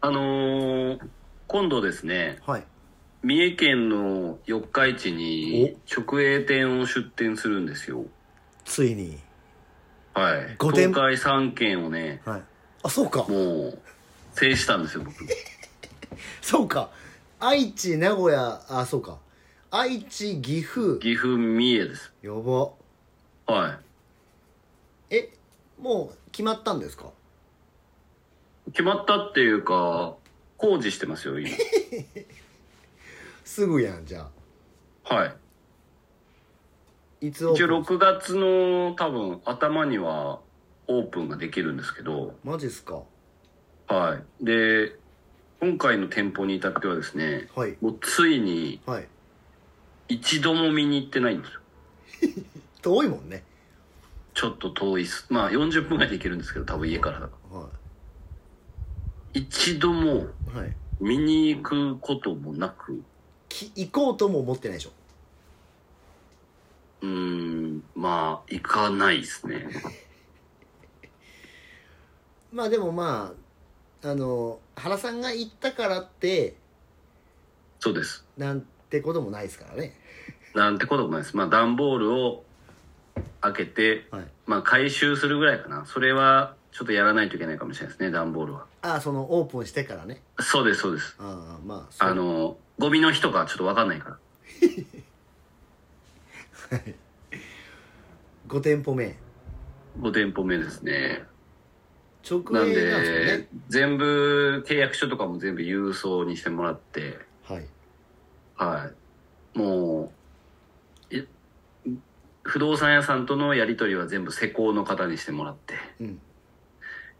あのー今度ですね、はい三重県の四日市に直営店を出店するんですよ。ついにはい。五店東海3県をね、はいあそうかもう制したんですよ、僕。そうか愛知名古屋あそうか愛知岐阜岐阜、三重です。やばはえもう決まったんですかい。決まったっていうか、工事してますよ、今。すぐやんじゃあはい。いつオ一ープ応ン6月の多分頭にはオープンができるんですけど、マジっすかはい。で、今回の店舗に至ってはですね、はいもうついにはい一度も見に行ってないんですよ。遠いもんねちょっと遠いっす。まあ40分ぐらいで行けるんですけど、多分家からだから。は一度もいはい見に行くこともなく、き行こうとも思ってないでしょうーん、まあ行かないですね。まあでもまああの原さんが行ったからってそうです。なんてこともないですからねなんてこともないです。まあ段ボールを開けて、はいまあ回収するぐらいかな。それはちょっとやらないといけないかもしれないですね、段ボールは。ああそのオープンしてからねそうです、そうです。ああまあそうあの、ゴミの日とかちょっとわかんないから。 5店舗目5店舗目ですね。直営ななんんですよでね、全部、契約書とかも全部郵送にしてもらって、はいはい。もう、え不動産屋さんとのやり取りは全部施工の方にしてもらって、うん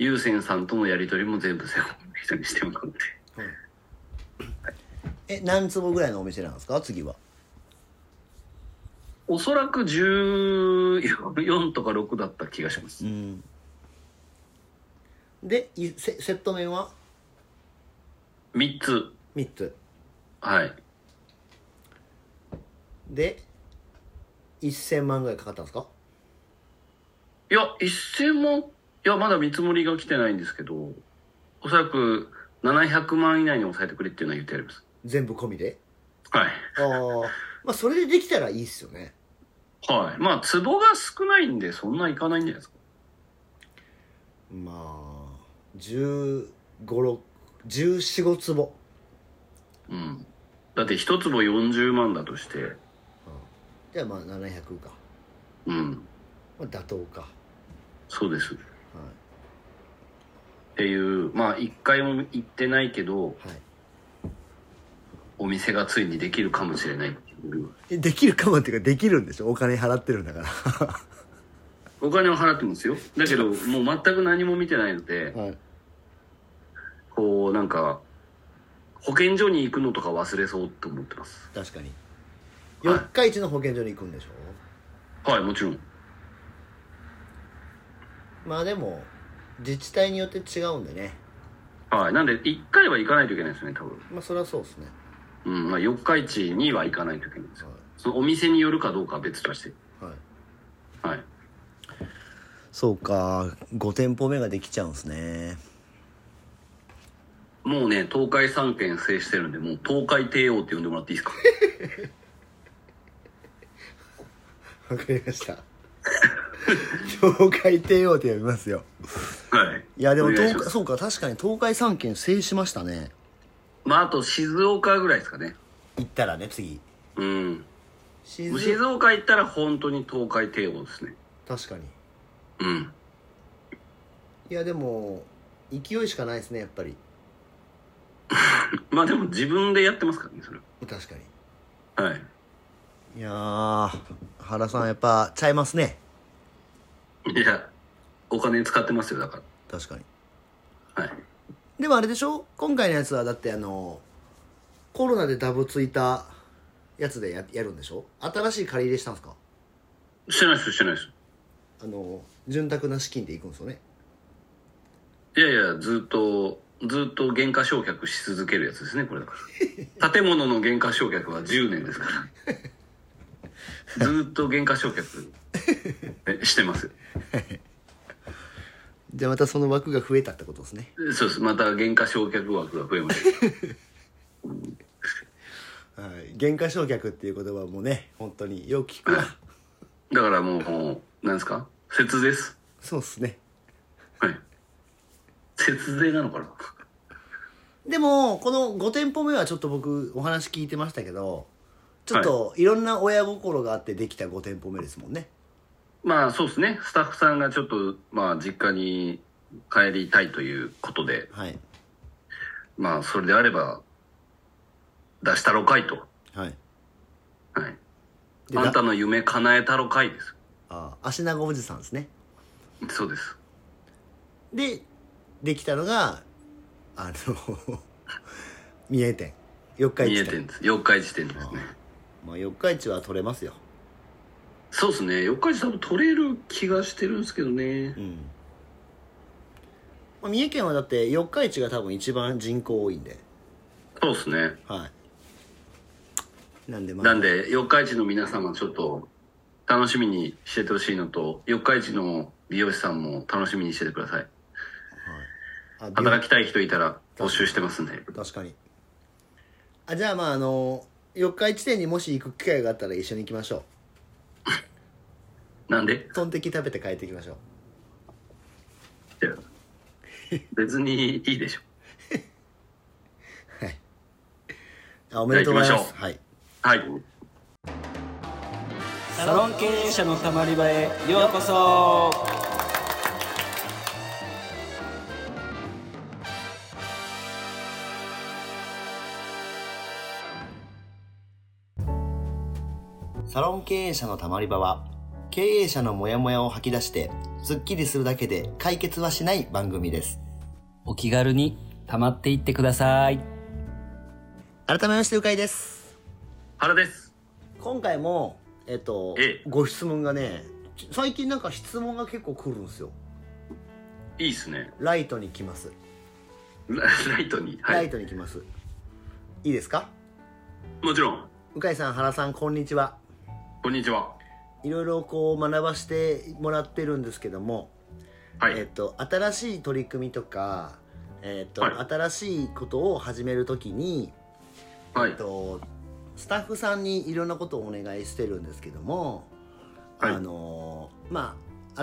優先さんとのやり取りも全部施工の人にしてもらって。はいえ何坪ぐらいのお店なんですか次はおそらく14とか6だった気がします。んでいセセット面は3つ。 3つはい。で1000万ぐらいかかったんですかいや、1000万、いや、まだ見積もりが来てないんですけど、おそらく700万以内に抑えてくれっていうのは言ってあります。全部込みではい。ああまあそれでできたらいいっすよねはい。まあ、壺が少ないんで、そんないかないんじゃないですか。まあ1 5 1 4 5坪うん。だって、一壺40万だとして、じゃあまあ700か、うん。まあ、妥当か、はそうです。っていう、まあ、一回も行ってないけど、いはい、お店がついにできるかもしれないっていう。えできるかもっていうかできるんでしょお金払ってるんだからお金を払ってますよ。だけど、もう全く何も見てないので、はいこう、なんか、保健所に行くのとか忘れそうと思ってます。確かにはい四日市の保健所に行くんでしょ、はい、もちろん。まあでも自治体によって違うんでねはい。なんで、一回は行かないといけないですね、多分。まあそれはそうですね、うん。まあ、四日市には行かないといけないんですよ。はそのお店によるかどうかは別として。いはい、はい。そうか5店舗目ができちゃうんですねもうね、東海三県制してるんで、もう東海帝王って呼んでもらっていいですかわかりました東海帝王って呼びますよ はい。いやでもお願いし東ま海すそうか確かに東海3県制しましたねまあ、あと静岡ぐらいですかね。行ったらね次うん。静もう静岡行ったら本当に東海帝王ですね。確かにうん。いやでも勢いしかないですねやっぱりまあでも自分でやってますからね、それ確かには。はい。いやー原さんやっぱちゃいますねいや、お金使ってますよ、だか確かにら。はい。でもあれでしょ今回のやつはだってあのコロナでダブついたやつでややるんでしょ新しい借り入れしたんですかしてないです、してないです。あの潤沢な資金でいくんですよねいやいや、ずっと、ずっと減価償却し続けるやつですね、これだから。建物の減価償却は10年です から。ずっと減価償却、ねしてます。じゃあまたその枠が増えたってことですねそうです。また原価償却枠が増えました。はい減価償却っていう言葉もね本当によく聞くなだからもう、もうなんですか節税です。 そうっすねはい。節税なのかなでもこの5店舗目はちょっと僕お話聞いてましたけどちょっといろんな親心があってできた5店舗目ですもんねまあそうですね。スタッフさんがちょっと、まあ実家に帰りたいということで、はいまあそれであれば、出したろかいと。はいはい。であんただの夢叶えたろかいです。あ足長おじさんですねそうです。でできたのがあの 三重店四日見市え店てんです。四日市店ですね。まあ、四日市は取れますよそうですね。四日市多分取れる気がしてるんですけどねう。ん、まあ、三重県はだって四日市が多分一番人口多いんでそうですね。はいなんでまあなんで、四日市の皆様ちょっと楽しみにしててほしいのと、四日市の美容師さんも楽しみにしててください。あ美容働きたい人いたら募集してますんで。確かにあじゃあまああの四日市店にもし行く機会があったら一緒に行きましょなんでうトンテキ食べて帰ってきましょういや別にいいでしょ。あおめでとうございまじゃあ行すきまはいはい。サロン経営者のたまり場へようこそサロン経営者のたまり場は経営者のモヤモヤを吐き出してスッキリするだけで解決はしない番組ですお気軽にたまっていってください改めましてうかいです原です。今回もえっとええご質問がねち最近なんか質問が結構来るんですよいいっすね。ライトに来ます、ラライトに。はライい。トに来ますいいですかもちろん。うかいさん原さんこんにちはこんにちは。いろいろこう学ばしてもらってるんですけども、はえっい。と、新しい取り組みとか、えっとはい新しいことを始めるときに、はえっい。と、スタッフさんにいろんなことをお願いしてるんですけども、はいあのまあ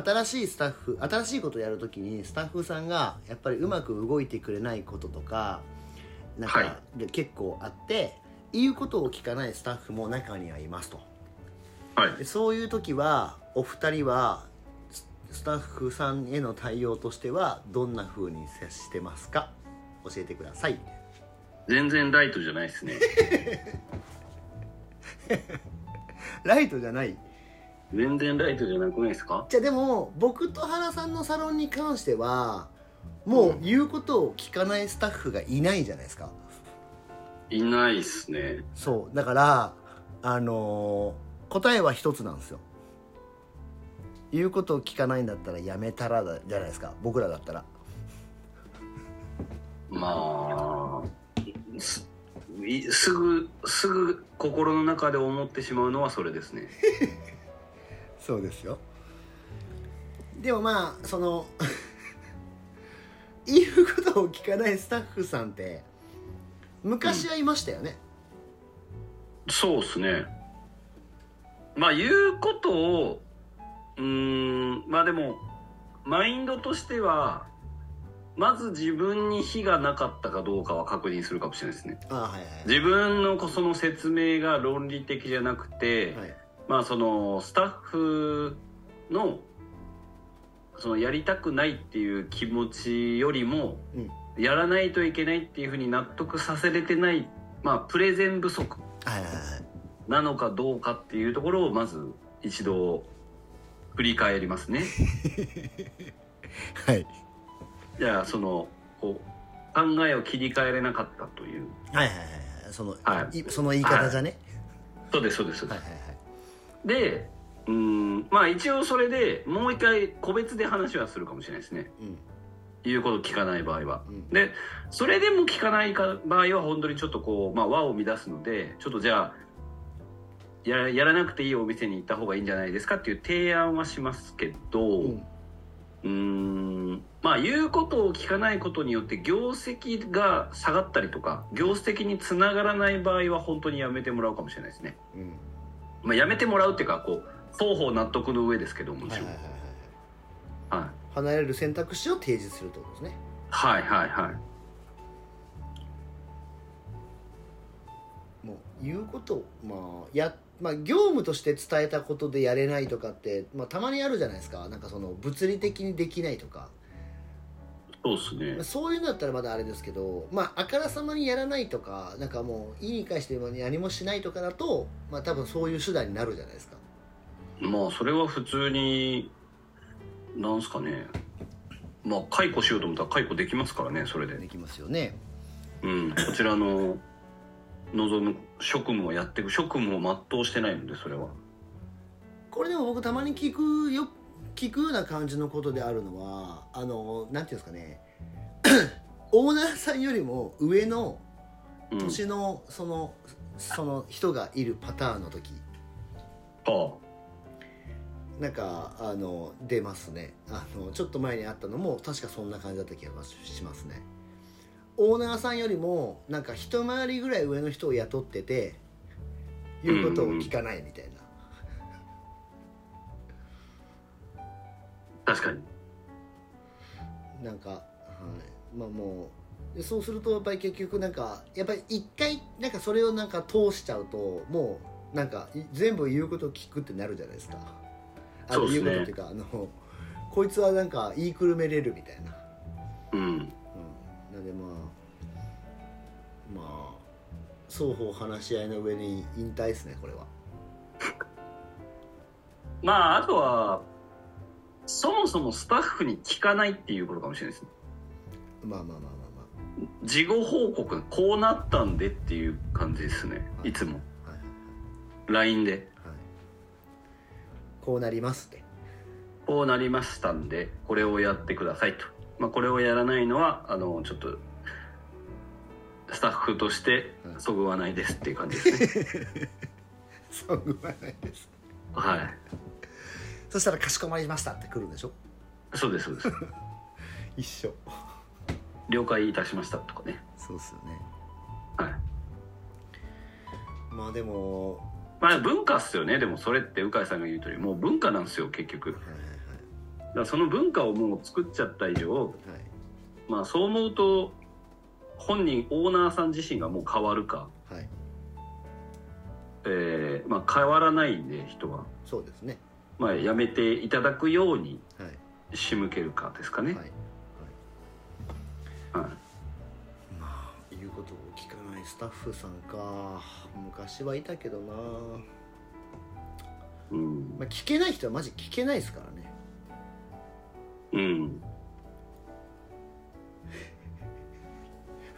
新しいスタッフ新しいことをやるときにスタッフさんがやっぱりうまく動いてくれないこととかなんはいかで結構あって、言うことを聞かないスタッフも中にはいますと。はい。でそういう時はお二人はススタッフさんへの対応としてはどんな風に接してますか教えてください全然ライトじゃないですね。ライトじゃない全然ライトじゃなくないですかじゃあでも僕と原さんのサロンに関してはもう言うことを聞かないスタッフがいないじゃないですかいないっすね。そうだからあのー答えは一つなんですよ言うことを聞かないんだったらやめたらだじゃないですか僕らだったらまあ、すいすぐ、すぐ心の中で思ってしまうのはそれですね。そうですよでもまあその 言うことを聞かないスタッフさんって昔はいましたよね、そうっすね。まあ、言うことを、うーん、まあでも、マインドとしては、まず自分に非がなかったかどうかは確認するかもしれないですね。ああはいは自分のこその説明が論理的じゃなくて、いはいまあそのスタッフのそのやりたくないっていう気持ちよりも、やらないといけないっていうふうに納得させれてない、まあ、プレゼン不足はいはいはいなのかどうかっていうところをまず一度振り返り ますね。はいじゃあそのこう考えを切り替えれなかったというはいはいはいその、、はいその言い方じゃね、そうですそうですそうですはい、はいはいでうーんまあ一応それでもう一回個別で話はするかもしれないですねうん言うこと聞かない場合は。うんでそれでも聞かないか場合は本当にちょっとこう、まあ、和を乱すのでちょっとじゃあやらやらなくていいお店に行った方がいいんじゃないですかっていう提案はしますけど、ううんーんまあ言うことを聞かないことによって業績が下がったりとか業績につながらない場合は本当にやめてもらうかもしれないですね。うんまあ、やめてもらうっていうかこう双方納得の上ですけどもはちいろん、はいははいはいい離れる選択肢を提示するってことですねはいはいはいもう言うことまあやまあ業務として伝えたことでやれないとかって、まあ、たまにあるじゃないですかなんかその物理的にできないとかそうですねまあそういうのだったらまだあれですけど、まあ、あからさまにやらないとかなんかもういいに返して何もしないとかだと、まあ、多分そういう手段になるじゃないですかまあそれは普通になんすかねまあ解雇しようと思ったら解雇できますからねそれで、きますよねうん、こちらの望む職務をやっていく職務を全うしてないのでそれはこれでも僕たまに聞くよ聞くような感じのことであるのはあのなんていうんですかね オーナーさんよりも上のうんは年のその、その人がいるパターンの時あなんかあの出ますねあのちょっと前にあったのも確かそんな感じだった気がしますねオーナーさんよりもなんか一回りぐらい上の人を雇ってて言うことを聞かないみたいな、確かになんか、はい、まあもうでそうするとやっぱり結局なんかやっぱり一回なんかそれをなんか通しちゃうともうなんかい全部言うことを聞くってなるじゃないですかあそうですね言うことっていうかあの こいつはなんか言いくるめれるみたいな、うんうん、なんでまあまあ双方話し合いの上に引退ですねこれはまああとはそもそもスタッフに聞かないっていうことかもしれないですねまあまあまあまあ事後報告こうなったんでっていう感じですねいつもまあはい LINE ではいこうなりますって こうなりましたんでこれをやってくださいと、まあ、これをやらないのはあのちょっとスタッフとしてうんそぐわないですっていう感じです ねそう言わないですはいそしたら「かしこまりました」って来るんでしょそうですそうです一緒了解いたしましたとかねそうっすよねはいまあでもまあ文化っすよねでもそれって鵜飼さんが言う通りもう文化なんですよ結局はいはだからその文化をもう作っちゃった以上いはいまあそう思うと本人オーナーさん自身がもう変わるかはい、はい、えーまあ、変わらないんで人は、そうですねまあ、やめていただくようにはい仕向けるかですかね、はいはまあ言うことを聞かないスタッフさんか昔はいたけどな、い、うんまあ、聞けない人はマジ聞けないですからね うん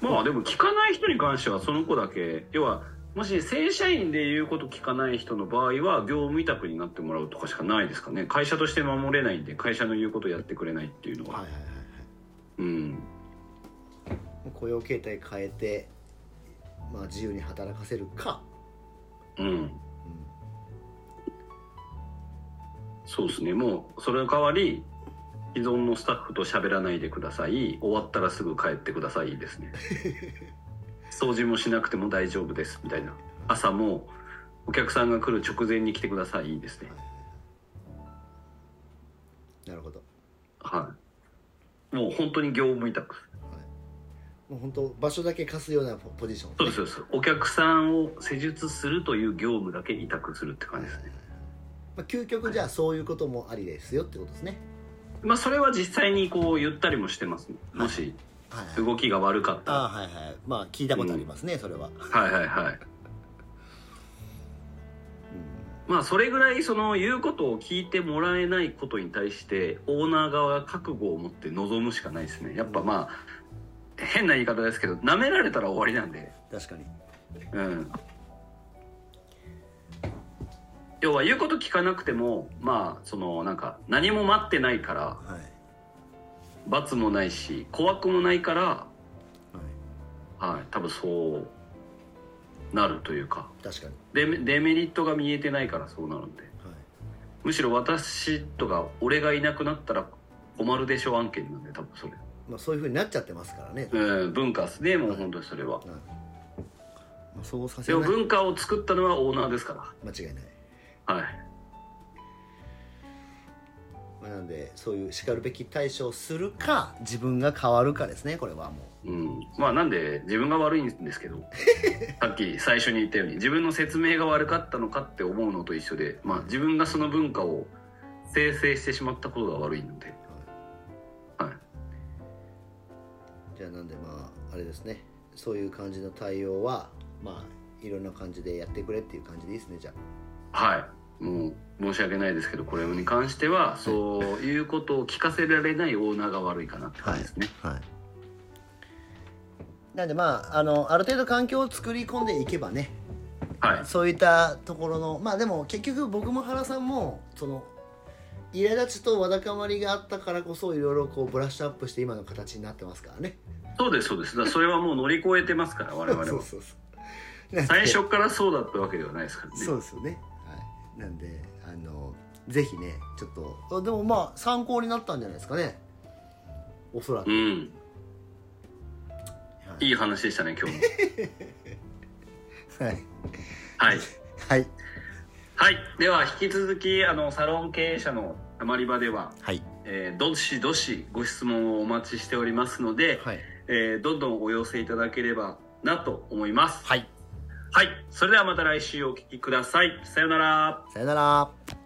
まあでも聞かない人に関してはその子だけ要はもし正社員で言うこと聞かない人の場合は業務委託になってもらうとかしかないですかね会社として守れないんで会社の言うことやってくれないっていうのは、はいはいはいはいうんもう雇用形態変えてまあ自由に働かせるか、うんうん、そうですねもうそれの代わり既存のスタッフと喋らないでください終わったらすぐ帰ってくださいですね掃除もしなくても大丈夫ですみたいな朝もお客さんが来る直前に来てくださいですねなるほどはいもう本当に業務委託もう本当場所だけ貸すようなポポジションそうですそうですお客さんを施術するという業務だけ委託するって感じですねまあ、究極じゃあそういうこともありですよってことですねまあそれは実際にこう言ったりもしてますねもしはい、動きが悪かったらああはいはいまあ聞いたことありますね、それは、はいはいはいまあそれぐらいその言うことを聞いてもらえないことに対してオーナー側が覚悟を持って臨むしかないですねやっぱまあ変な言い方ですけど舐められたら終わりなんで確かにうん要は言うこと聞かなくてもまあそのなんか何も待ってないからはいはい罰もないし怖くもないからはい多分そうなるというか確かにデメデメリットが見えてないからそうなるんではいむしろ私とか俺がいなくなったら困るでしょ案件なんで多分それ、まあ、そういうふうになっちゃってますからね、まうん、文化ですねもう本当にそれはあ、そうさでせもない間文化を作ったのはオーナーですか違いない、らはいまあ、なんでそういうしかるべき対処をするか自分が変わるかですねこれはもうん、まあなんで自分が悪いんです けどさっき最初に言ったように自分の説明が悪かったのかって思うのと一緒で、まあ、自分がその文化を生成してしまったことが悪いので、はいうじゃあなんでまああれですねそういう感じの対応はまあいろんな感じでやってくれっていう感じでいいですねじゃはい、もう申し訳ないですけどこれに関してはそういうことを聞かせられないオーナーが悪いかなって感じですね。あはいなんでまああのある程度環境を作り込んでいけばねはい、そういったところのまあでも結局僕も原さんもその苛立ちとわだかまりがあったからこそいろいろこうブラッシュアップして今の形になってますからねそうですそうですだからそれはもう乗り越えてます から我々そうはそうそうなんで最初からそうだったわけではないですからねそうですよね、はい、なんであのぜひねちょっとあでもまあ参考になったんじゃないですかねおそらく、うはいんいい話でしたね 今日もはいはいはいはい、では引き続きあのサロン経営者のたまり場では、はいえーどしどしご質問をお待ちしておりますので、はいえーどんどんお寄せいただければなと思います。はいはい、それではまた来週お聞きください。さようなら。さよなら